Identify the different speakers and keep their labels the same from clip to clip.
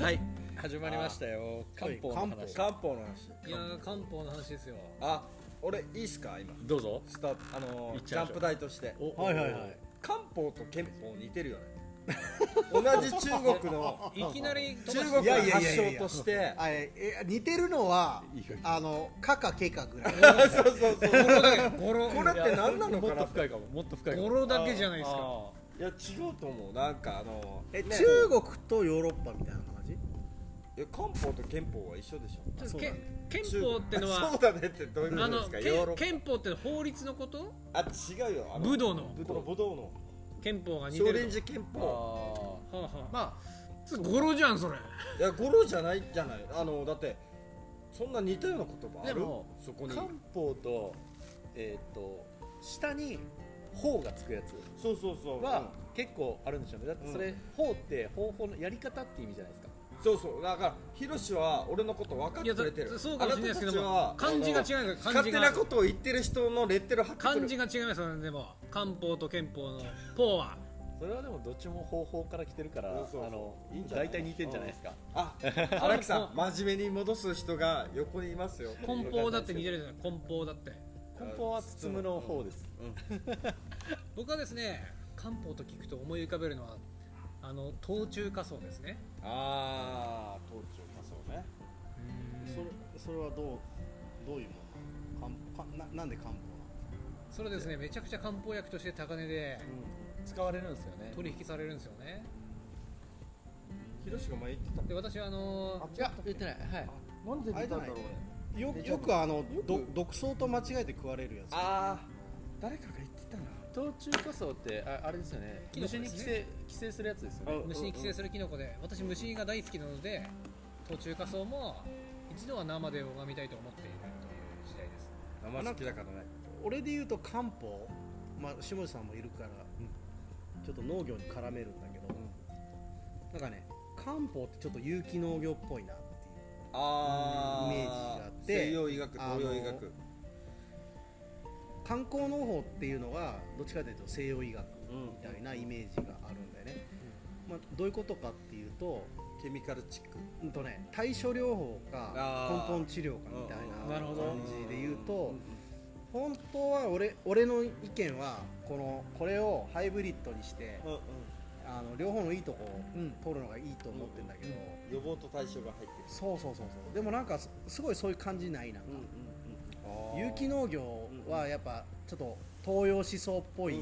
Speaker 1: はい始まりましたよ漢方の話
Speaker 2: 漢方の話
Speaker 3: いやー漢方の話ですよ
Speaker 2: あ俺いいっすか今
Speaker 1: どうぞ
Speaker 2: スタあの
Speaker 1: いっ
Speaker 2: ー
Speaker 1: ち
Speaker 2: ジ
Speaker 1: ゃ
Speaker 2: ャ
Speaker 1: いましょう
Speaker 2: ンプ台として
Speaker 1: お
Speaker 4: はいはいはい
Speaker 2: 漢方と憲法似てるよね同じ中国の
Speaker 3: いきなり飛ばし
Speaker 2: 中国
Speaker 4: いや
Speaker 2: が
Speaker 4: いやい
Speaker 2: 発
Speaker 4: やいや
Speaker 2: 祥として
Speaker 4: あええ似てるのはい
Speaker 1: よいいよ
Speaker 4: あのカかケかぐらい
Speaker 2: そうそうそう
Speaker 3: ゴロだけゴロ
Speaker 2: これって何なの
Speaker 1: も
Speaker 2: か
Speaker 1: っ
Speaker 2: な
Speaker 1: と
Speaker 2: って
Speaker 1: 深いかももっと深いか
Speaker 3: ゴ
Speaker 1: も
Speaker 3: ロだけじゃないですか
Speaker 1: あ
Speaker 2: いや違うと思うなんかあのー
Speaker 4: え
Speaker 2: ね
Speaker 4: 中国とヨーロッパみたいな感じ
Speaker 2: いや漢方と憲法は一緒でしょ
Speaker 3: ちょっと
Speaker 4: そうだ
Speaker 3: け
Speaker 4: ね
Speaker 3: 憲法っての
Speaker 2: そう
Speaker 3: は
Speaker 2: だねってどういうこ
Speaker 3: あ
Speaker 2: とで
Speaker 3: の
Speaker 2: すか
Speaker 3: け
Speaker 2: ヨーロッパ
Speaker 3: 憲法って法律のこと
Speaker 2: あ違うよあの
Speaker 3: 武道の
Speaker 2: この武道の
Speaker 3: 憲法が似
Speaker 2: 少
Speaker 3: てる
Speaker 2: 林寺憲
Speaker 1: ー
Speaker 2: 法
Speaker 3: とはあはあ
Speaker 1: ま
Speaker 3: ちょっとゴロじゃんそれ
Speaker 2: いや語呂じゃないじゃないあのだってそんな似たような言葉あ
Speaker 1: で
Speaker 2: る
Speaker 1: も
Speaker 2: そこ
Speaker 1: あ
Speaker 2: に
Speaker 1: 漢方とえーっと下に方がつくやつ
Speaker 2: そうそうそう
Speaker 1: は結構あるんでしょうねだってそれ方って方法のやり方って意味じゃないですか
Speaker 2: うんそうそうだからヒロシは俺のこと分かっ
Speaker 3: い
Speaker 2: て
Speaker 3: や
Speaker 2: くれて
Speaker 3: そ
Speaker 2: る
Speaker 3: そうかもしれないですけども
Speaker 2: あなたたち
Speaker 3: 漢字が
Speaker 2: は
Speaker 3: 違う
Speaker 2: あ
Speaker 3: から
Speaker 2: の
Speaker 3: 漢
Speaker 2: 勝
Speaker 3: 字
Speaker 2: 手な
Speaker 3: が
Speaker 2: ことを言ってる人のレッテル貼ってく る
Speaker 3: 漢字が違いますよねでも漢方と憲法の「法は
Speaker 1: それはでもどっちも方法から来てるから
Speaker 2: そうそうそう
Speaker 1: あの
Speaker 2: いいんじゃない
Speaker 1: 大体似てんじゃないですか
Speaker 2: あ荒木さん真面目に戻す人が横 にいますよ
Speaker 3: 梱包だって似てるじゃない梱包だって
Speaker 1: 根本は包むの方です
Speaker 3: 僕はですね漢方と聞くと思い浮かべるのはあの冬虫夏草ですね
Speaker 2: ああ東中仮想ね
Speaker 4: それそれはどうどういうもの漢方かななんで漢方
Speaker 3: それですねめちゃくちゃ漢方薬として高値で
Speaker 1: 使われるんですよね
Speaker 3: 取引されるんですよね
Speaker 2: ヒロシが前言ってた
Speaker 3: で私はあの
Speaker 4: いや言ってないはい
Speaker 2: なんで
Speaker 4: 出たんだろうねよよくあの
Speaker 2: く
Speaker 4: ど毒草と間違えて食われるやつ
Speaker 2: ああ誰かが言ってたな
Speaker 1: 冬虫夏草ってああれですよね
Speaker 3: キノコ
Speaker 1: 虫
Speaker 3: ですね
Speaker 1: に寄生寄生するやつですよね
Speaker 3: 虫に寄生するキノコで私虫が大好きなので途中仮想も一度は生で拝みたいと思っているという時代です
Speaker 2: 生好きだからね
Speaker 4: 俺で言うと漢方まあ下地さんもいるから、ちょっと農業に絡めるんだけど、なんかね漢方ってちょっと有機農業っぽいなっていう
Speaker 2: あー
Speaker 4: イメージがあって
Speaker 2: 西洋医学東洋医
Speaker 4: あの
Speaker 2: 学
Speaker 4: 観光農法っていうのはどっちかというと西洋医学みたいなイメージがあるんだよね、まあ、どういうことかっていうと,、
Speaker 2: ケミカルチック
Speaker 4: うんとね、対処療法
Speaker 2: あ
Speaker 4: か
Speaker 2: ー
Speaker 4: 根本治療かみた
Speaker 2: うん
Speaker 4: い
Speaker 3: な
Speaker 4: な
Speaker 3: るほ
Speaker 4: 感
Speaker 3: ど
Speaker 4: じで言うと本当は俺俺の意見はこのこれをハイブリッドにして
Speaker 2: うんうん
Speaker 4: あの両方のいいとこを
Speaker 2: うん
Speaker 4: 取るのがいいと思ってんだけど、
Speaker 2: 予防と対処が入ってる
Speaker 4: そうそうそうそうでもなんかすすごいそういう感じないな、有機
Speaker 2: のっ
Speaker 4: 農業はやっぱちょっと東洋思想っぽい、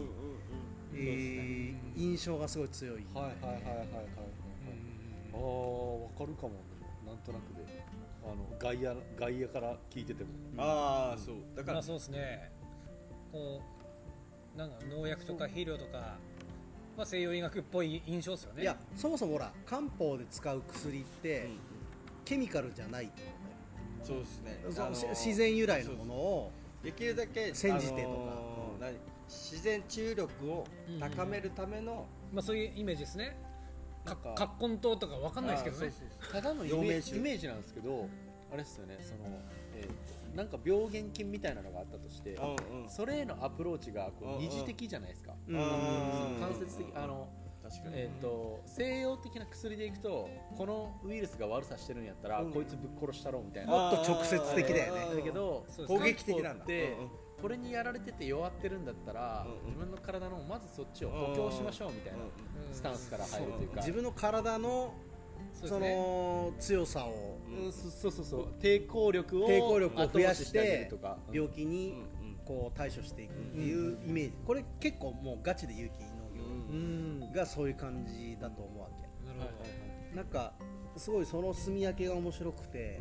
Speaker 4: えー印象がすごい強い、
Speaker 2: はいはいはいはいはい
Speaker 1: あーわかるかもなんとなくであの外野外野から聞いてても
Speaker 2: ああそうだか
Speaker 3: ま
Speaker 2: ら
Speaker 3: あそうですねこうなんか農薬とか肥料とか、まあ、西洋医学っぽい印象ですよね
Speaker 4: いやそもそもほら漢方で使う薬って、
Speaker 2: うんうん
Speaker 4: ケミカルじゃないと思
Speaker 2: そうですね
Speaker 4: うね
Speaker 2: あの
Speaker 4: し自然由来のものを
Speaker 2: できるだけ
Speaker 4: 煎じてとか
Speaker 2: あのー何自然治癒力を高めるための
Speaker 3: まあ、そういうイメージですね
Speaker 1: な
Speaker 3: か
Speaker 1: んか
Speaker 3: 葛根糖とかわかんないですけどね
Speaker 1: ただのイメ
Speaker 2: 陽明
Speaker 1: ー
Speaker 2: 酒
Speaker 1: ジイメージなんですけどあれですよねその、えーとなんか病原菌みたいなのがあったとして
Speaker 2: うんうん
Speaker 1: それへのアプローチが
Speaker 2: うん
Speaker 1: こ
Speaker 2: うん
Speaker 1: う二次的じゃないですか
Speaker 4: うん
Speaker 2: うん
Speaker 1: 間接的
Speaker 2: うん
Speaker 1: あの
Speaker 2: 確かに
Speaker 1: えー、と西洋的な薬でいくとこのウイルスが悪さしてるんやったら、
Speaker 2: うん
Speaker 1: こいつぶっ殺したろうみたいな
Speaker 4: もっと直接的だよね
Speaker 2: あー
Speaker 1: だけど
Speaker 3: そうです
Speaker 2: 攻撃的なんだ
Speaker 1: 漢方って、
Speaker 2: うんうん
Speaker 1: これにやられてて弱ってるんだったら、
Speaker 2: うんうん
Speaker 1: 自分の体のまずそっちを補強しましょうみたいな
Speaker 3: うん
Speaker 1: スタンスから入るというか、
Speaker 4: 自分の体の
Speaker 3: そうで
Speaker 4: そ
Speaker 3: すね
Speaker 4: の強さを
Speaker 2: う
Speaker 1: うんそそうそうそう抵抗力を
Speaker 4: 抵抗力を増やして
Speaker 1: 後押しあげるとか、うん
Speaker 4: 病気
Speaker 2: うん
Speaker 4: に
Speaker 2: うん
Speaker 4: こう対処していくっていうイメージこれ結構もうガチで有機
Speaker 2: うん
Speaker 4: 農業がそういう感じだと思うわけ
Speaker 3: なる
Speaker 1: は
Speaker 3: ほ
Speaker 1: い
Speaker 3: ど、
Speaker 1: はいはい
Speaker 4: なんかすごいその炭焼けが面白くて、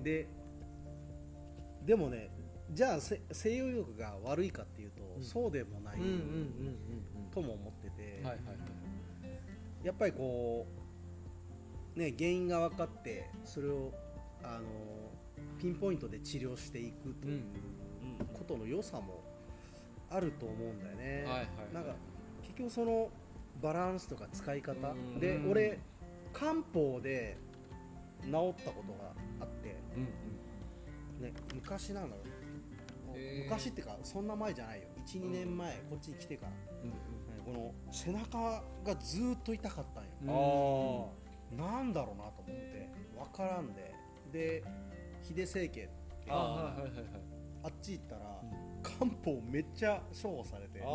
Speaker 4: ででもねじゃあせ西洋医学が悪いかっていうと、
Speaker 1: うん
Speaker 4: そうでもない
Speaker 1: うんうんうん
Speaker 4: とも思ってて、
Speaker 1: うんはいはいはい
Speaker 4: やっぱりこう、ね、原因が分かってそれをあのピンポイントで治療していくと
Speaker 1: う
Speaker 4: いうんことの良さもあると思うんだよね、
Speaker 1: はいはいはい
Speaker 4: なんか結局そのバランスとか使い方
Speaker 2: うん
Speaker 4: で
Speaker 1: うん
Speaker 4: 俺漢方で治ったことがあって、
Speaker 1: うん
Speaker 4: ね、昔なんだろう、
Speaker 3: へー
Speaker 4: 昔ってかそんな前じゃないよ12年前、こっちに来てから、ねこの背中がずーっと痛かったんよ、
Speaker 1: うん
Speaker 2: ああ
Speaker 4: うなんだろうなと思って分からんでで秀政家って
Speaker 1: あ
Speaker 4: あ
Speaker 1: はいはいはいはい
Speaker 4: っち行ったら、
Speaker 1: うん
Speaker 4: 漢方めっちゃ処方されて
Speaker 1: あ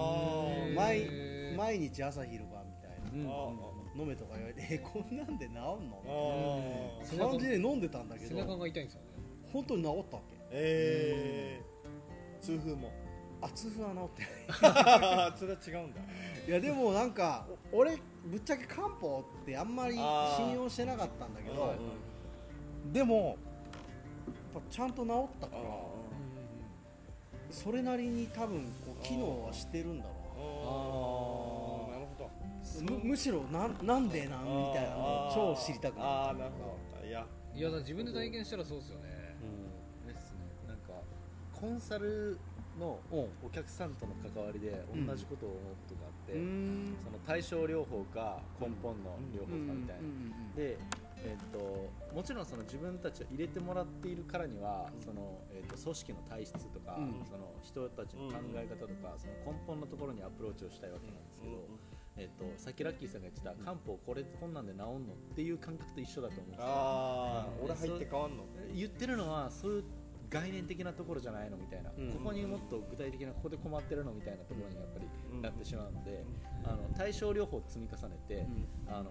Speaker 4: 毎
Speaker 3: へー
Speaker 4: 毎日朝昼晩みたいな
Speaker 1: ー
Speaker 2: あ
Speaker 1: あ
Speaker 4: 飲めとか言われて えこんなんで治ん
Speaker 2: あ
Speaker 4: の
Speaker 2: ー
Speaker 3: 背中
Speaker 4: 感じで飲んでたんだけ
Speaker 3: 背中
Speaker 4: ど
Speaker 3: が痛いんですよね
Speaker 4: 本当に治ったわけ
Speaker 2: えー痛風も
Speaker 4: 熱風は治ってな
Speaker 2: それは違うんだ
Speaker 4: いいやでもなんかお俺ぶっちゃけ漢方ってあんまり
Speaker 2: あー
Speaker 4: 信用してなかったんだけ
Speaker 2: うん
Speaker 4: どでもやっぱちゃんと治ったからそれなりに多分こう機能はしてるんだろ
Speaker 2: あー
Speaker 4: う
Speaker 2: なるほど
Speaker 4: なむむしろなんなんでなんみたいなの
Speaker 2: あー
Speaker 4: を超知りたくなっ
Speaker 2: あーなるほどいや
Speaker 3: いやだから自分で体験したらそうですよね
Speaker 1: あれっすねなんかコンサルの
Speaker 4: たうん
Speaker 1: お客さんとの関わりで
Speaker 4: うん
Speaker 1: 同じことを思うことがあって、
Speaker 4: うーん
Speaker 1: その対症療法か根本の療法
Speaker 4: う
Speaker 1: か
Speaker 4: んうん
Speaker 1: みたいな、
Speaker 4: うん
Speaker 1: で、えっともちろんその自分たちを入れてもらっているからには、そのえっと組織の体質とか、
Speaker 4: うん
Speaker 1: その人たちの考え方とか、その根本のところにアプローチをしたいわけなんですけど、えっとさっきラッキーさんが言ってた漢方これこんなんで治んのっていう感覚と一緒だと思うんですよ
Speaker 2: ああ俺入って変わんの
Speaker 1: 言ってるのはそういう概念的なところじゃないのみたいな、
Speaker 4: うん
Speaker 1: ここにもっと具体的なここで困ってるのみたいなところにやっぱり
Speaker 2: うん
Speaker 1: なってしまうので、あの対症療法を積み重ねて、あの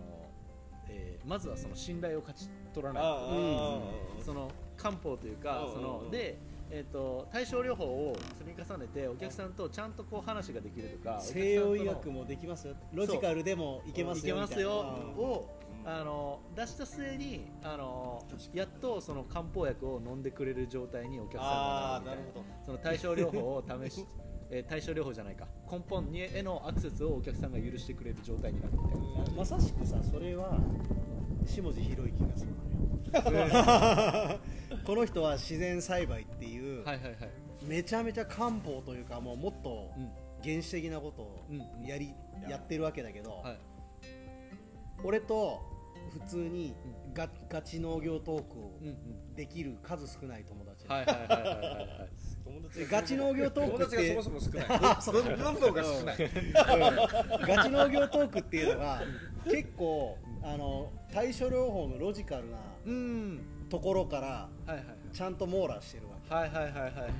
Speaker 1: えーまずはその信頼を勝ち取らない
Speaker 2: あー
Speaker 4: うん
Speaker 2: あー
Speaker 1: その漢方というか、
Speaker 2: うん
Speaker 1: そ
Speaker 2: うんう
Speaker 1: の
Speaker 2: ん
Speaker 1: で、えー、と対症療法を積み重ねてお客さんとちゃんとこう話ができるとか
Speaker 4: 西洋医学
Speaker 1: も
Speaker 4: もできますよロジカルでもいけますよ
Speaker 1: いけますよ
Speaker 4: みたいな
Speaker 1: を、
Speaker 2: うん
Speaker 1: あの出した末にあのやっとその漢方薬を飲んでくれる状態にお客さん
Speaker 2: あ
Speaker 1: が
Speaker 2: ー
Speaker 1: な
Speaker 2: な
Speaker 1: る
Speaker 2: る
Speaker 1: みたい
Speaker 2: ほど
Speaker 1: なその対症療法を試しえー対症療法じゃないか根本にへのアクセスをお客さんが許してくれる状態になるみたいな。
Speaker 4: うんまさしくさそれは下地博之が そうだねこの人は自然栽培っていう、
Speaker 1: はいはいはい。
Speaker 4: めちゃめちゃ漢方というかもうもっと
Speaker 1: うん。
Speaker 4: 原始的なことを
Speaker 1: うん
Speaker 4: やり、
Speaker 2: うん
Speaker 4: やってるわけだけど、
Speaker 1: はい。
Speaker 4: 俺と普通にガ,、ガチ農業トークを
Speaker 1: うんうん。
Speaker 4: できる数少ない友達、
Speaker 1: はいはいはいはいはいはい。
Speaker 2: 友達
Speaker 4: で
Speaker 2: が
Speaker 4: ガチ農業トー
Speaker 2: 友
Speaker 4: クっ
Speaker 2: 達がそ
Speaker 4: て
Speaker 2: もそも少ない分母が少ない
Speaker 4: ガチ農業トークっていうのが結構あの対処療法のロジカルな
Speaker 1: うん。
Speaker 4: ところから
Speaker 1: はいはい
Speaker 4: ちゃんと網羅してるわ
Speaker 1: はい。はいはいはいはいはいはい。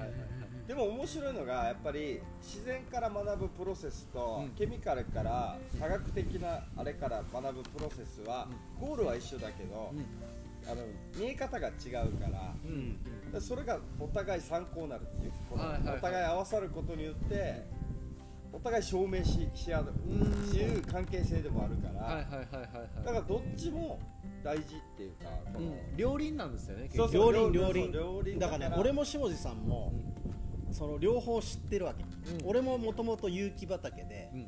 Speaker 2: でも面白いのがやっぱり自然から学ぶプロセスと、
Speaker 1: うん
Speaker 2: ケミカルから科学的なあれから学ぶプロセスは、ゴールは一緒だけど、
Speaker 1: うん
Speaker 2: あの見え方が違うから
Speaker 4: け、うん、
Speaker 2: でそれがお互い参考になるっていうこの
Speaker 1: はいはいはい
Speaker 2: お互い合わさることによってお互い証明しし合う
Speaker 1: うん
Speaker 2: っていう関係性でもあるから、
Speaker 1: はいはいはいはい
Speaker 2: だ
Speaker 1: は
Speaker 2: からどっちも大事っていうかこ
Speaker 1: い。
Speaker 2: の、
Speaker 1: うん。両輪なんですよね。
Speaker 2: そう
Speaker 4: 両輪
Speaker 2: 両
Speaker 4: 両
Speaker 2: 輪
Speaker 4: 輪
Speaker 2: そう両輪
Speaker 4: だから
Speaker 2: だか
Speaker 4: ね
Speaker 2: ら
Speaker 4: 俺も下地さんも、その両方知ってるわけ、
Speaker 1: うん
Speaker 4: 俺ももともと有機畑で、
Speaker 1: うん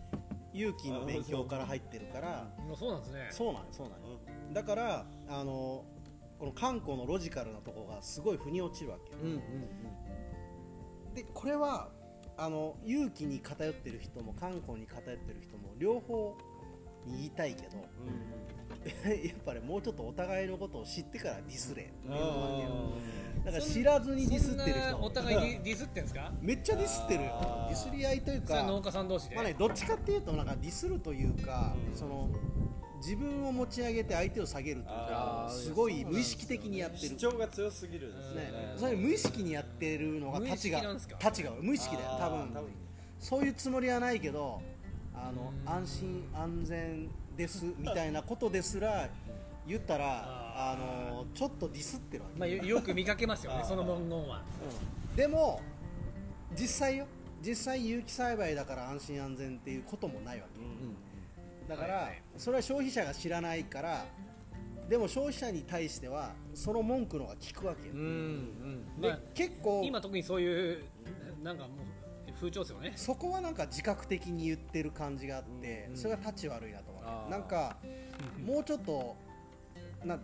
Speaker 4: 有機の勉強から入ってるから、
Speaker 3: もうそうなんですね
Speaker 4: そうなんよそうなんよだからあのこの漢光のロジカルなとこがすごい腑に落ちるわけ、
Speaker 1: うんうんうん。
Speaker 4: でこれはあの勇気に偏ってる人も漢光に偏ってる人も両方に言いたいけど やっぱりもうちょっとお互いのことを知ってからディスれ
Speaker 2: うんうん
Speaker 4: だから知らずにディスってる
Speaker 3: そ
Speaker 4: 人
Speaker 3: んなお互いディディスってんですか
Speaker 4: めっちゃディスってるよ
Speaker 2: あー
Speaker 4: ディスり合いという
Speaker 3: それは農
Speaker 4: か
Speaker 3: 家さん同士で、
Speaker 4: まあねどっちかっていうとなんかディスるというか、
Speaker 2: うん
Speaker 4: その自分を持ち上げて相手を下げるというか
Speaker 2: あ
Speaker 1: ー
Speaker 4: すご
Speaker 1: いや
Speaker 4: い
Speaker 1: そうな
Speaker 4: 無
Speaker 1: んですよ
Speaker 4: 意
Speaker 1: ね
Speaker 4: 識的にやってる
Speaker 2: 主張が強すぎるんですね
Speaker 4: ね、それ無意識にやってるのが
Speaker 3: 無意
Speaker 4: たち
Speaker 3: 識
Speaker 4: が
Speaker 3: なんすか
Speaker 4: たちが無意識だよ多
Speaker 2: あー
Speaker 4: 分そういうつもりはないけどあの
Speaker 3: うん
Speaker 4: 安心安全ですみたいなことですら言ったらあ
Speaker 3: あ
Speaker 4: のちょっとディスってるわけ、
Speaker 3: まあ、よよく見かけますよね
Speaker 2: あー
Speaker 3: その文言は
Speaker 4: うんでも実際よ実際有機栽培だから安心安全っていうこともないわけ
Speaker 2: うん
Speaker 4: だから、
Speaker 3: はいはい
Speaker 4: それは消費者が知らないからでも消費者に対してはその文句の方が効くわけよ、
Speaker 1: うんうん。
Speaker 4: で、
Speaker 3: まあ
Speaker 4: 結構
Speaker 3: 今特にそういうなんかもう風潮ですよね
Speaker 4: そこはなんか自覚的に言ってる感じがあって、
Speaker 1: うん
Speaker 4: それが立ち悪いなと思
Speaker 1: あ
Speaker 4: う
Speaker 1: ー
Speaker 4: なんかもうちょっとな違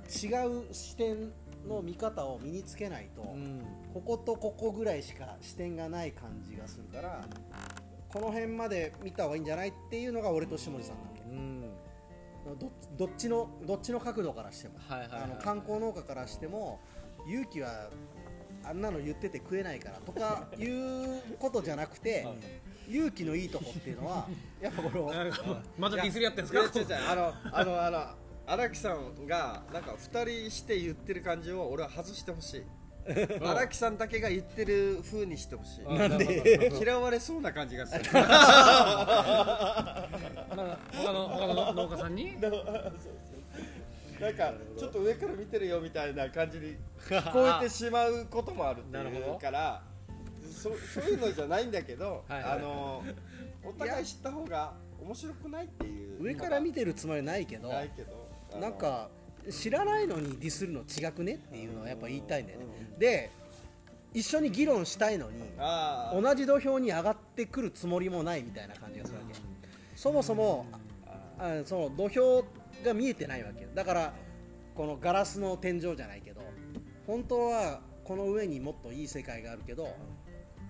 Speaker 4: う視点の見方を身につけないと、
Speaker 1: うん。
Speaker 4: こことここぐらいしか視点がない感じがするからこの辺まで見た方がいいんじゃないっていうのが俺と下地さんなんだよ
Speaker 1: うん。
Speaker 4: どどっちのどっちの角度からしても、
Speaker 1: はいはいはい
Speaker 4: あの観光農家からしても勇気はあんなの言ってて食えないからと かいうことじゃなくて、勇気の いいとこっていうのはやっぱこの
Speaker 3: なんかまたディスり合ってんです
Speaker 2: いや
Speaker 3: か
Speaker 2: 違う違うあのあのあの荒木さんがなんか2人して言ってる感じを俺は外してほしい荒木さんだけが言ってる風にしてほしい
Speaker 3: なんで
Speaker 2: 嫌われそうな感じがする
Speaker 3: 他の他の農家さんに
Speaker 2: なんかちょっと上から見てるよみたいな感じに聞こえてしまうこともあるって
Speaker 3: なる
Speaker 2: い
Speaker 3: ほど
Speaker 2: うからそそういうのじゃないんだけど
Speaker 3: はい
Speaker 2: あのお互い知った方が面白くないっていう
Speaker 4: 上から見
Speaker 2: て
Speaker 4: てるつもりないけど
Speaker 2: ないけどあの
Speaker 4: なんか知らないのにディスるの違くねっていうのはやっぱ言いたいんだよね
Speaker 2: うんう
Speaker 4: で一緒に議論したいのに
Speaker 2: ああ
Speaker 4: 同じ土俵に上がってくるつもりもないみたいな感じがするわけそもそもあその土俵が見えてないわけよだからこのガラスの天井じゃないけど本当はこの上にもっといい世界があるけど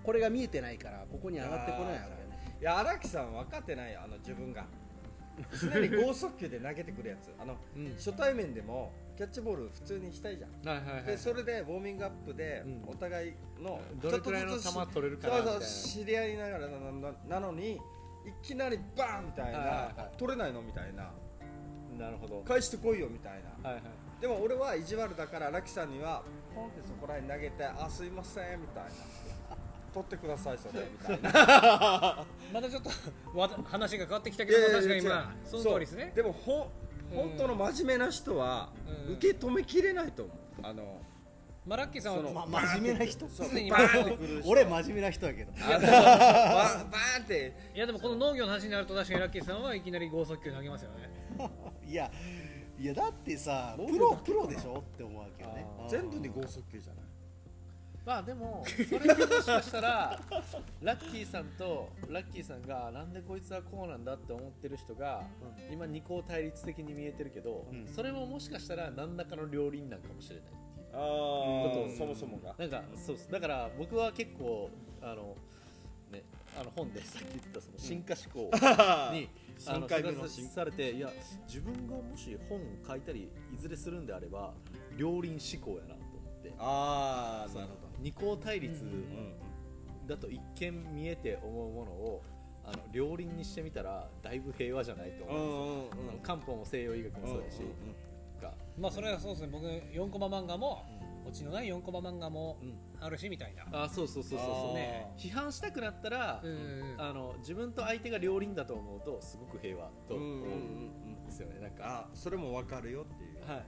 Speaker 4: これが見えてないからここに上がってこないわけよね
Speaker 2: いや荒木さん分かってないよあの自分が常に剛速球で投げてくるやつあの
Speaker 1: うん
Speaker 2: 初対面でもキャッチボール普通にしたいじゃん
Speaker 1: はいはいは
Speaker 2: で
Speaker 1: い
Speaker 2: それでウォーミングアップで
Speaker 1: うん
Speaker 2: お互いの
Speaker 1: どれくらいの球
Speaker 2: ちょっとずつ
Speaker 1: 取れるかな
Speaker 2: そう
Speaker 1: みたい
Speaker 2: そう
Speaker 1: な
Speaker 2: 知り合いながらななななのにいきなりバーンみたい
Speaker 1: はいはい
Speaker 2: な
Speaker 1: はい
Speaker 2: 取れないのみたいな
Speaker 1: なるほど
Speaker 2: 返してこいよみたいな
Speaker 1: はいはい
Speaker 2: でも俺は意地悪だからラキさんにはポンってそこら辺投げてあすいませんみたいな取ってくださいそれみたいな
Speaker 3: またちょっとわた話が変わってきた
Speaker 2: い
Speaker 3: けど
Speaker 2: やいやいや
Speaker 3: 確かに
Speaker 2: 違う
Speaker 3: 今その通りですね
Speaker 2: そうでもほん本当の真面目な人は
Speaker 3: うん
Speaker 2: 受け止めきれないと思うあの
Speaker 3: まあラッキーさんは
Speaker 2: その
Speaker 4: ま真面目な人
Speaker 2: そう
Speaker 3: 常に
Speaker 2: バーンってくる人
Speaker 4: 俺真面目な人だけど
Speaker 2: あのババーンって
Speaker 3: いやでもこの農業の話になると確かにラッキーさんはいきなり剛速球投げますよね
Speaker 4: いやいやだってさ
Speaker 2: どう
Speaker 4: プ
Speaker 2: いうこ
Speaker 4: ロ
Speaker 2: と
Speaker 4: プロでしょって思うわけよね
Speaker 1: あー
Speaker 2: 全部に剛速球じゃない
Speaker 1: まあでもそれでもしかしたらラッキーさんとラッキーさんがなんでこいつはこうなんだって思ってる人が、今二項対立的に見えてるけど、
Speaker 4: うん
Speaker 1: それももしかしたら何らかの両輪なんかもしれないっていう
Speaker 2: ああ、
Speaker 1: うん
Speaker 2: そもそもが
Speaker 1: なんかそうですだから僕は結構あのねあの本でさっき言ったその進化思考に、あ
Speaker 2: 3
Speaker 1: の
Speaker 2: 回目の
Speaker 1: 触
Speaker 2: 進
Speaker 1: 発されていや自分がもし本を書いたりいずれするんであれば両輪思考やなと思って
Speaker 2: ああ
Speaker 1: その二項対立
Speaker 2: うん
Speaker 1: だと一見見えて思うものをあの両輪にしてみたらだいぶ平和じゃないと
Speaker 2: う
Speaker 1: 思うん
Speaker 2: んうん
Speaker 1: ですよあの漢方も西洋医学もそうだし、が
Speaker 3: まあそれはそうですね僕4コマ漫画もオチのない4コマ漫画もあるしみたいな
Speaker 1: あそうそうそうそう
Speaker 2: あ
Speaker 1: そ
Speaker 2: ー
Speaker 1: うね批判したくなったら、
Speaker 3: うんうん
Speaker 1: あの自分と相手が両輪だと思うとすごく平和と
Speaker 2: うんう
Speaker 1: 思
Speaker 2: んうんう
Speaker 1: うん
Speaker 2: ん
Speaker 1: ですよねなんか
Speaker 2: あそれもわかるよっていう
Speaker 1: はい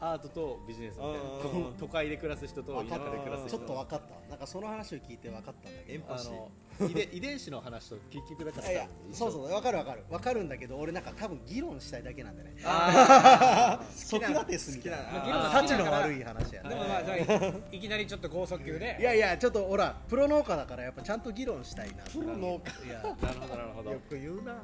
Speaker 1: アートとビジネスみたいな
Speaker 2: うんうんうん
Speaker 1: と都会で暮らす人と田舎で暮らす
Speaker 4: ちょ
Speaker 1: 人
Speaker 4: っと分かったわなんかその話を聞いて分かったんだけ
Speaker 2: エン
Speaker 4: ど
Speaker 2: パ
Speaker 1: あ
Speaker 2: シー
Speaker 1: の遺伝遺伝子の話と結局だから
Speaker 4: いやそうそうう分かる分かる分かるんだけど俺なんか多分議論したいだけなんだね
Speaker 2: あー
Speaker 4: ソクラテスみたいな
Speaker 2: 好き
Speaker 3: まあ議
Speaker 2: な
Speaker 3: 論
Speaker 2: あ
Speaker 3: が好
Speaker 2: ー
Speaker 4: 価
Speaker 3: きだ
Speaker 4: 値の
Speaker 3: から
Speaker 4: 悪い話や
Speaker 3: で
Speaker 4: ね
Speaker 3: もまあじゃあいきなりちょっと剛速球で
Speaker 4: いやいやちょっとほらプロ農家だからやっぱちゃんと議論したいなプ
Speaker 2: ロ農
Speaker 4: 家いや
Speaker 1: なるほどなるほど
Speaker 4: よく言うな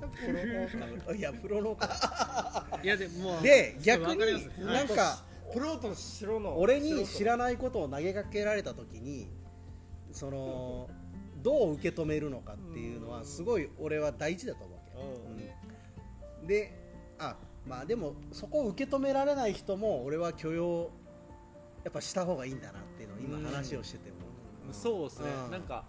Speaker 4: プロ農家いやプロ農家
Speaker 3: いやでもう
Speaker 4: で
Speaker 3: ちょっと
Speaker 4: 逆
Speaker 3: わかります
Speaker 4: になんか
Speaker 2: プロと白の
Speaker 4: 俺に知ら
Speaker 2: ん
Speaker 4: ないことを投げかけられた時にそのどう受け止めるのかっていうのはすごい俺は大事だと思うわけうんであまあでもそこを受け止められない人も俺は許容やっぱした方がいいんだなっていうのを今話をしてても、
Speaker 1: そうですね、
Speaker 4: うん
Speaker 1: なんか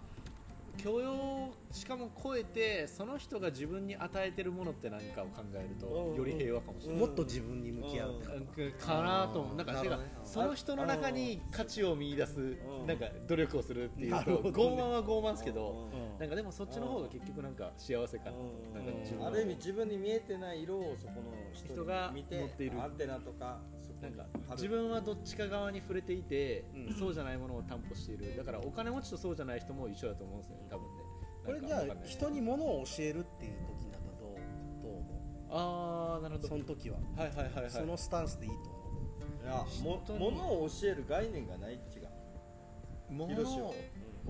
Speaker 1: 許容しかも超えてその人が自分に与えてるものって何かを考える
Speaker 2: うんう
Speaker 1: と
Speaker 2: ん
Speaker 1: より平和かもしれない、
Speaker 4: もっと自分に向き合うってこと
Speaker 1: うんかなと思
Speaker 4: う
Speaker 1: うんなんか
Speaker 4: な
Speaker 1: て
Speaker 4: るほ
Speaker 1: か
Speaker 4: どね
Speaker 1: その人の中に価値を見出す
Speaker 2: ん
Speaker 1: なんか努力をするっていうと
Speaker 4: なるほどね
Speaker 1: 傲慢は傲慢ですけど
Speaker 4: うん
Speaker 1: なんかでもそっちの方が結局なんか幸せかななんか自分
Speaker 2: あ
Speaker 1: の
Speaker 2: る意味自分に見えてない色をそこの人
Speaker 1: 人
Speaker 2: が
Speaker 1: が
Speaker 2: 見
Speaker 1: 持
Speaker 2: て
Speaker 1: っている
Speaker 2: アンテナとかそこ
Speaker 1: なん
Speaker 2: に
Speaker 1: か
Speaker 2: 貼る
Speaker 1: 自分はどっちか側に触れていて
Speaker 4: うん
Speaker 1: そうじゃないものを担保しているだからお金持ちとそうじゃない人も一緒だと思うんですよね多分ね
Speaker 4: これ
Speaker 1: なん
Speaker 4: じ
Speaker 1: か
Speaker 4: ゃあ
Speaker 1: わかんない
Speaker 4: 人に物を教えるっていう時になったらどうどう思
Speaker 1: あーなる
Speaker 4: うそ
Speaker 1: ほ
Speaker 4: の時は、
Speaker 1: どはいはいはいはい
Speaker 4: そのスタンスでいいと思う
Speaker 2: いやも
Speaker 1: 人に
Speaker 2: 物を教える概念がない違う
Speaker 1: も
Speaker 2: 広
Speaker 1: の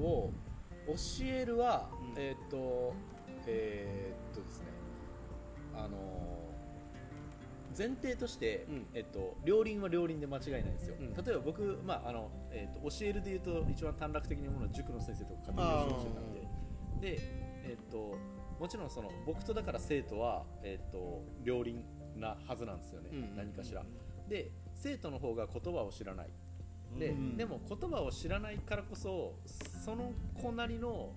Speaker 1: を教えるは、
Speaker 4: うん
Speaker 1: えーっとえーっとですねあのー前提として、
Speaker 4: うん
Speaker 1: えっと、両輪は両輪で間違いないんですよ、
Speaker 4: うん
Speaker 1: 例えば僕、まああのえーっと教えるでいうと一番短絡的に思うのは塾の先生とか家庭教師の先生なんでで、えっと、もちろんその僕とだから生徒は、えっと、両輪なはずなんですよね、
Speaker 4: うんうんうん
Speaker 1: 何かしら。で生徒の方が言葉を知らないで,、
Speaker 4: うん
Speaker 1: でも言葉を知らないからこそその子なりの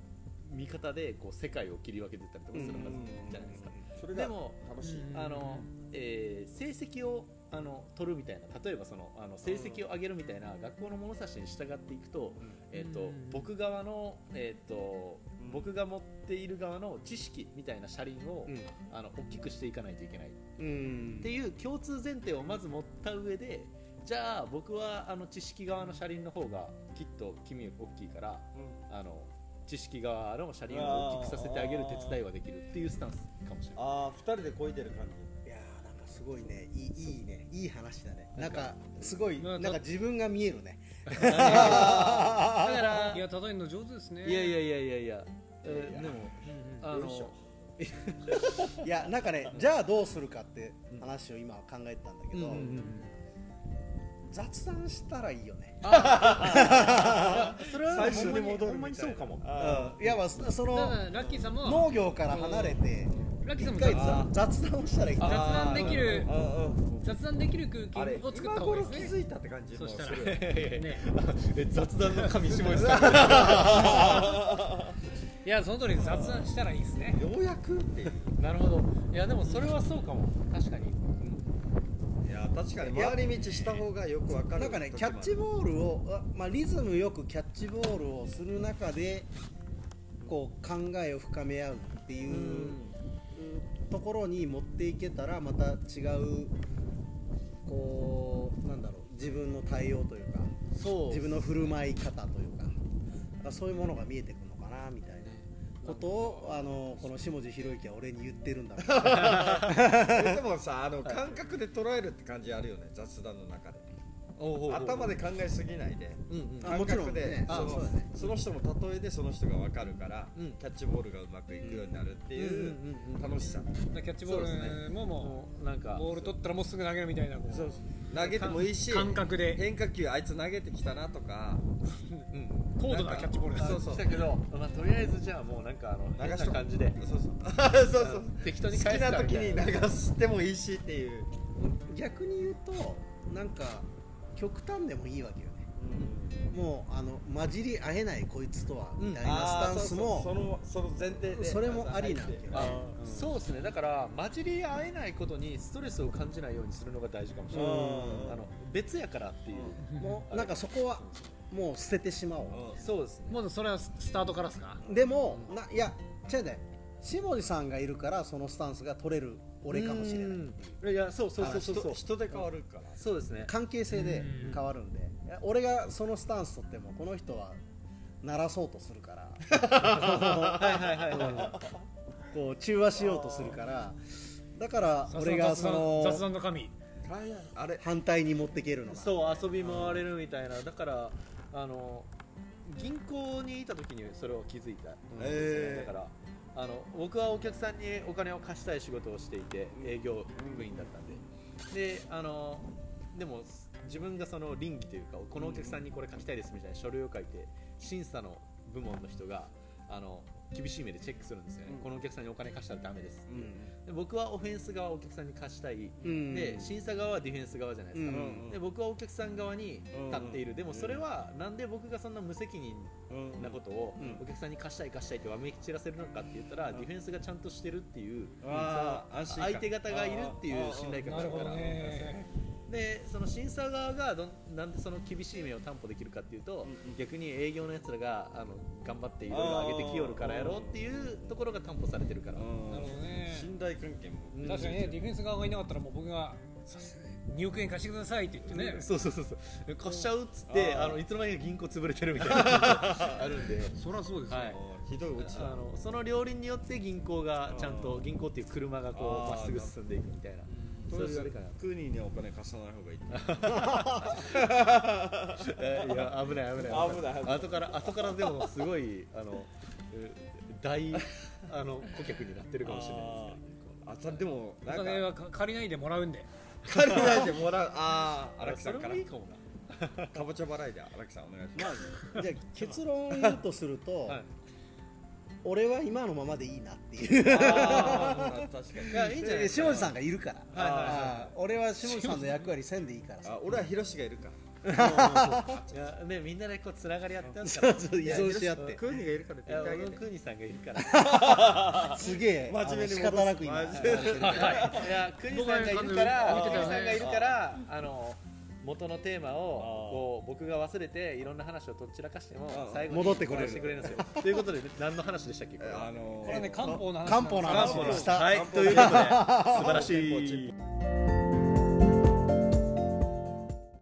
Speaker 1: 見方でこう世界を切り分けてたりとかするはずじゃないですか、
Speaker 2: それが
Speaker 1: でも
Speaker 2: 楽しい
Speaker 3: うん
Speaker 1: あのえー成績をあの取るみたいな例えばそのあの成績を上げるみたいな学校の物差しに従っていくと,、えー、
Speaker 3: う
Speaker 1: と
Speaker 3: ん
Speaker 1: 僕側の、えー、と
Speaker 2: うん
Speaker 1: 僕が持っている側の知識みたいな車輪を、
Speaker 4: うん
Speaker 1: あの大きくしていかないといけないっ
Speaker 4: うん
Speaker 1: ていう共通前提をまず持った上でじゃあ僕はあの知識側の車輪の方がきっと君より大きいからあの知識側の車輪を大きくさせてあげる手伝いはできるっていうスタンスかもしれな
Speaker 2: あ
Speaker 1: い。
Speaker 2: あ二人でこいでる感じ
Speaker 4: いやーなんかすごいねいいいいねいい話だねなんかすごい
Speaker 1: ま
Speaker 4: な
Speaker 1: あ
Speaker 4: んか自分が見える ね
Speaker 1: だから
Speaker 3: いや、例えるの上手ですね。
Speaker 1: いやいやいやいやいや、えーでも
Speaker 3: うんうん。
Speaker 1: あ
Speaker 2: よいし
Speaker 1: の
Speaker 2: ょ
Speaker 4: いやなんかねじゃあどうするかって話を今考えてたんだけど、
Speaker 1: うんうん
Speaker 4: 雑談したらいいよね、
Speaker 1: それは
Speaker 2: 最初に
Speaker 1: ほん
Speaker 2: 戻る
Speaker 1: ま
Speaker 2: みたいな
Speaker 1: ほんまにそうかも。
Speaker 2: あ
Speaker 4: うんいやまあそそ
Speaker 3: ただ
Speaker 4: の
Speaker 3: からラッキーさんも
Speaker 4: 農業から離れて
Speaker 3: ラッキーさんも
Speaker 4: 一回
Speaker 3: 雑
Speaker 4: ざ
Speaker 3: 談
Speaker 4: 雑談をしたらいい
Speaker 3: 雑談
Speaker 2: ー
Speaker 4: ね
Speaker 3: できる
Speaker 2: あーうんうん
Speaker 3: 雑談できる空
Speaker 2: あれ
Speaker 3: 間を作っ
Speaker 2: 今
Speaker 3: た方がい
Speaker 2: 頃
Speaker 3: い
Speaker 2: 気
Speaker 3: です
Speaker 2: づ
Speaker 3: ね。
Speaker 2: いたって感じ
Speaker 3: そしたら
Speaker 2: もう れ
Speaker 3: ね、
Speaker 1: え雑談の神下石 さん。
Speaker 3: いやその通り雑談したらいいですね。
Speaker 2: ようやくっていう
Speaker 1: なるほど。いやでもそれはそうかも。確かに。
Speaker 2: いや確かに
Speaker 4: いや
Speaker 2: 回り道した方がよくわかる
Speaker 4: なんかねキャッチ
Speaker 2: ボ
Speaker 4: ボールを、あまあ、リズムよくキャッチボールをする中でこう考えを深め合うっていうところに持っていけたらまた違うこうなんだろう自分の対応というか
Speaker 1: そう。
Speaker 4: 自分の振る舞い方というかあそういうものが見えてくるのかなみたいなことをあのこの下地宏之は俺に言ってるんだろうな
Speaker 2: ールでもさあの感覚で捉えるって感じあるよね雑談の中で
Speaker 1: おうおうおう
Speaker 2: 頭で考えすぎないで
Speaker 1: うんうん。
Speaker 4: あも
Speaker 2: 感
Speaker 4: ちろん
Speaker 2: 覚で
Speaker 4: ねあ
Speaker 2: その
Speaker 4: そうだね
Speaker 2: その人の例えでその人がわかるから
Speaker 1: うん
Speaker 2: キャッチボールがうまくいくようになるっていう
Speaker 1: うんうんうん
Speaker 2: 楽しさ
Speaker 3: キャッチボールもも
Speaker 1: もうなん
Speaker 3: う
Speaker 1: か。
Speaker 3: ボール取ったらもうすぐ投げるみたいなこう
Speaker 2: 投げてもいいし
Speaker 3: 感覚で
Speaker 2: 変化球あいつ投げてきたなとか
Speaker 1: うん。
Speaker 3: 高度なキャッチボールです。
Speaker 2: そうそう
Speaker 1: だけど、まあとりあえずじゃあもうなんかあの
Speaker 2: 流
Speaker 1: 変
Speaker 2: し
Speaker 1: な
Speaker 2: と
Speaker 1: 感じで。
Speaker 2: そう そうそうそう
Speaker 1: 適当
Speaker 2: 好
Speaker 1: に
Speaker 2: き
Speaker 1: 返す
Speaker 2: な
Speaker 1: かみ
Speaker 2: 時
Speaker 1: たい
Speaker 2: に
Speaker 1: な。
Speaker 2: 流してもいいしっていう
Speaker 4: 逆に言うとなんか極端でもいいわけよねもうあの混じり合えないこいつとはみたいなス
Speaker 2: あ
Speaker 4: タ
Speaker 2: ー
Speaker 4: ンス
Speaker 2: そう
Speaker 4: も
Speaker 2: そうそのその前提で
Speaker 4: それもありなんだよね
Speaker 2: あ
Speaker 1: あそうですねだから混じり合えないことにストレスを感じないようにするのが大事かもしれない
Speaker 2: うん
Speaker 1: あの別やからっていう、
Speaker 4: もうなんかそこはもう捨ててしまおう
Speaker 2: うん
Speaker 1: そうですね
Speaker 3: もうそれはススタートからですか。
Speaker 4: でも、ないや違うね下地さんがいるからそのスタンスが取れる俺かもしれない
Speaker 1: ないいやそうそうそうそうそう
Speaker 2: 人人で変わるから
Speaker 1: そうですね
Speaker 4: 関係性で変わるんでいや俺がそのスタンス取ってもこの人は鳴らそうとするからうんこう中和しようとするからだから俺がそ
Speaker 3: 雑談
Speaker 4: の
Speaker 3: の神。
Speaker 2: あれ
Speaker 4: 反対に持っていけるのが
Speaker 1: そう遊び回れるみたいなだからあの銀行にいた時にそれを気づいた、
Speaker 2: えー
Speaker 1: だからあの僕はお客さんにお金を貸したい仕事をしていて
Speaker 2: うん
Speaker 1: 営業部員だったんで、であのでも自分がその倫理というかこのお客さんにこれ貸したいですみたいな書類を書いて審査の部門の人があの厳しい目でチェックするんですよね、
Speaker 2: うん
Speaker 1: このお客さんにお金貸したらダメです
Speaker 2: う、ん
Speaker 1: で僕はオフェンス側をお客さんに貸したい、
Speaker 4: うん
Speaker 1: で審査側はディフェンス側じゃないですか、
Speaker 4: うん
Speaker 2: うん
Speaker 1: で僕はお客さん側に立っている、
Speaker 2: うん
Speaker 1: でもそれはなんで僕がそんな無責任
Speaker 2: うん
Speaker 1: なことを
Speaker 4: うん
Speaker 1: お客さんに貸したい貸したいってわめき散らせるのかって言ったら、
Speaker 2: ん
Speaker 1: ディフェンスがちゃんとしてるっていう、
Speaker 2: あー安
Speaker 1: そ
Speaker 2: 心感
Speaker 1: の相手方がいるってい
Speaker 2: あー
Speaker 1: う
Speaker 2: あー
Speaker 1: 信頼感
Speaker 3: な
Speaker 1: があ
Speaker 3: る
Speaker 1: る
Speaker 3: ほ
Speaker 1: か
Speaker 3: ど
Speaker 1: ら
Speaker 3: ね。
Speaker 1: でその審査側がどんなんでその厳しい目を担保できるかっていうと、
Speaker 2: うんうん
Speaker 1: 逆に営業のやつらがあの頑張っていろいろ上げてきよるからやろうっていうところが担保されてるから、
Speaker 2: うん
Speaker 3: なるほどね
Speaker 2: 信頼関係も
Speaker 1: うん
Speaker 3: 確かにねディフェンス側がいなかったらもう僕が2億円貸してくださいって言ってね。
Speaker 1: そうそうそうそう貸しちゃうっつって
Speaker 2: あー
Speaker 1: あのいつの間にか銀行潰れて るみたいなあるんで、
Speaker 3: そりゃそうです
Speaker 1: は
Speaker 3: よ。
Speaker 1: い、
Speaker 2: ひどいうち
Speaker 1: あ
Speaker 2: だ
Speaker 1: のその両輪によって銀行がちゃんと銀行っていう車がこう
Speaker 2: あー
Speaker 1: まっすぐ進んでいくみたいなそういうあれかな
Speaker 2: クーニーにはお金貸さない方がいい
Speaker 1: えいや危ない危ない
Speaker 2: 危ない危ない
Speaker 1: 後から後からでもすごいあのう大あの顧客になってるかもしれないですね
Speaker 2: あたでも
Speaker 3: お
Speaker 2: なんか
Speaker 3: 金はか借りないでもらうんで。
Speaker 2: 借りないでもらう ああ荒木さ
Speaker 1: それ
Speaker 2: んか
Speaker 1: も
Speaker 2: ら
Speaker 1: いいかも
Speaker 2: かぼちゃ払いで荒木さんお願いします
Speaker 4: じゃあ結論を言うとすると、
Speaker 1: な、はい、
Speaker 4: 俺は今のままでいいなっ ていう
Speaker 2: あー確かに
Speaker 1: いやいいんじゃないですか
Speaker 4: 下地さんがいるから、
Speaker 1: はいはいはい
Speaker 4: あー俺は下地さんの役割せんでいいからさ
Speaker 2: あ俺はヒロシがいるか
Speaker 1: いやねみんなでこうつながり合ってますから
Speaker 4: そう依存し合って
Speaker 2: クーニーがいるからって
Speaker 1: い
Speaker 2: 言
Speaker 1: や
Speaker 2: ってあ
Speaker 1: 俺
Speaker 2: げ
Speaker 1: も
Speaker 2: て
Speaker 1: クーニーさんがいるから
Speaker 4: すげえ
Speaker 2: 真面目に戻す
Speaker 4: あの仕方なく今
Speaker 2: 真面目に戻す
Speaker 1: いやクニさんがいるから
Speaker 3: 僕が
Speaker 1: クニ
Speaker 3: 見てたよね
Speaker 1: さんがいるからあの元のテーマをこう僕が忘れていろんな話をどちらかしても
Speaker 2: ああ
Speaker 1: 最後に
Speaker 4: 戻ってこれる
Speaker 1: 話してくれるんですよ。ということで何の話でしたっけこれは
Speaker 2: あの
Speaker 3: これはね漢方の話なんです
Speaker 4: 漢方の
Speaker 1: 漢
Speaker 4: 話
Speaker 1: 方
Speaker 4: で
Speaker 1: の
Speaker 4: し
Speaker 1: は
Speaker 4: た
Speaker 1: いということで素晴らしい。